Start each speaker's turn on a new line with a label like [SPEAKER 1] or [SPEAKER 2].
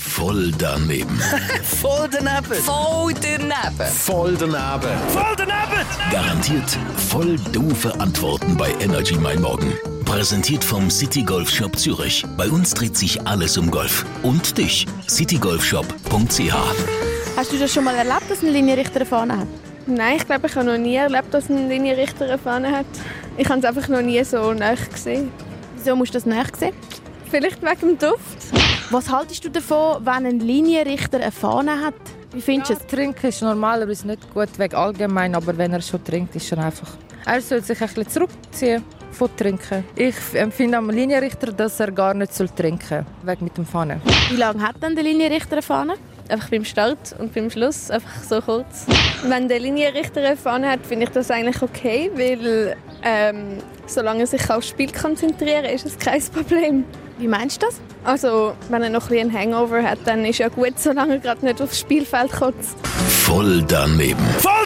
[SPEAKER 1] Voll daneben.
[SPEAKER 2] Voll daneben.
[SPEAKER 3] Voll daneben.
[SPEAKER 2] Voll daneben.
[SPEAKER 1] Garantiert voll doofe Antworten bei Energy Mein Morgen. Präsentiert vom City Golf Shop Zürich. Bei uns dreht sich alles um Golf. Und dich, citygolfshop.ch.
[SPEAKER 4] Hast du das schon mal erlebt, dass ein Linienrichter vorne hat?
[SPEAKER 5] Nein, ich glaube, ich habe noch nie erlebt, dass ein Linienrichter eine Fahne hat. Ich habe es einfach noch nie so nah gesehen.
[SPEAKER 4] Wieso musst du das nicht sehen?
[SPEAKER 5] Vielleicht wegen dem Duft.
[SPEAKER 4] Was haltest du davon, wenn ein Linienrichter eine Fahne hat? Wie findest du es?
[SPEAKER 6] Trinken ist normalerweise nicht gut wegen allgemein, aber wenn er schon trinkt, ist er einfach. Er soll sich ein bisschen zurückziehen von Trinken. Ich empfinde am Linienrichter, dass er gar nicht soll trinken soll, wegen mit dem Pfanne.
[SPEAKER 4] Wie lange hat denn der Linienrichter eine Fahne?
[SPEAKER 5] Einfach beim Start und beim Schluss, einfach so kurz. Wenn der Linienrichter eine Fahne hat, finde ich das eigentlich okay, weil ähm, solange er sich aufs Spiel konzentrieren kann, ist es kein Problem.
[SPEAKER 4] Wie meinst du das?
[SPEAKER 5] Also, wenn er noch ein bisschen einen Hangover hat, dann ist ja gut, solange er gerade nicht aufs Spielfeld kommt.
[SPEAKER 1] Voll daneben. Voll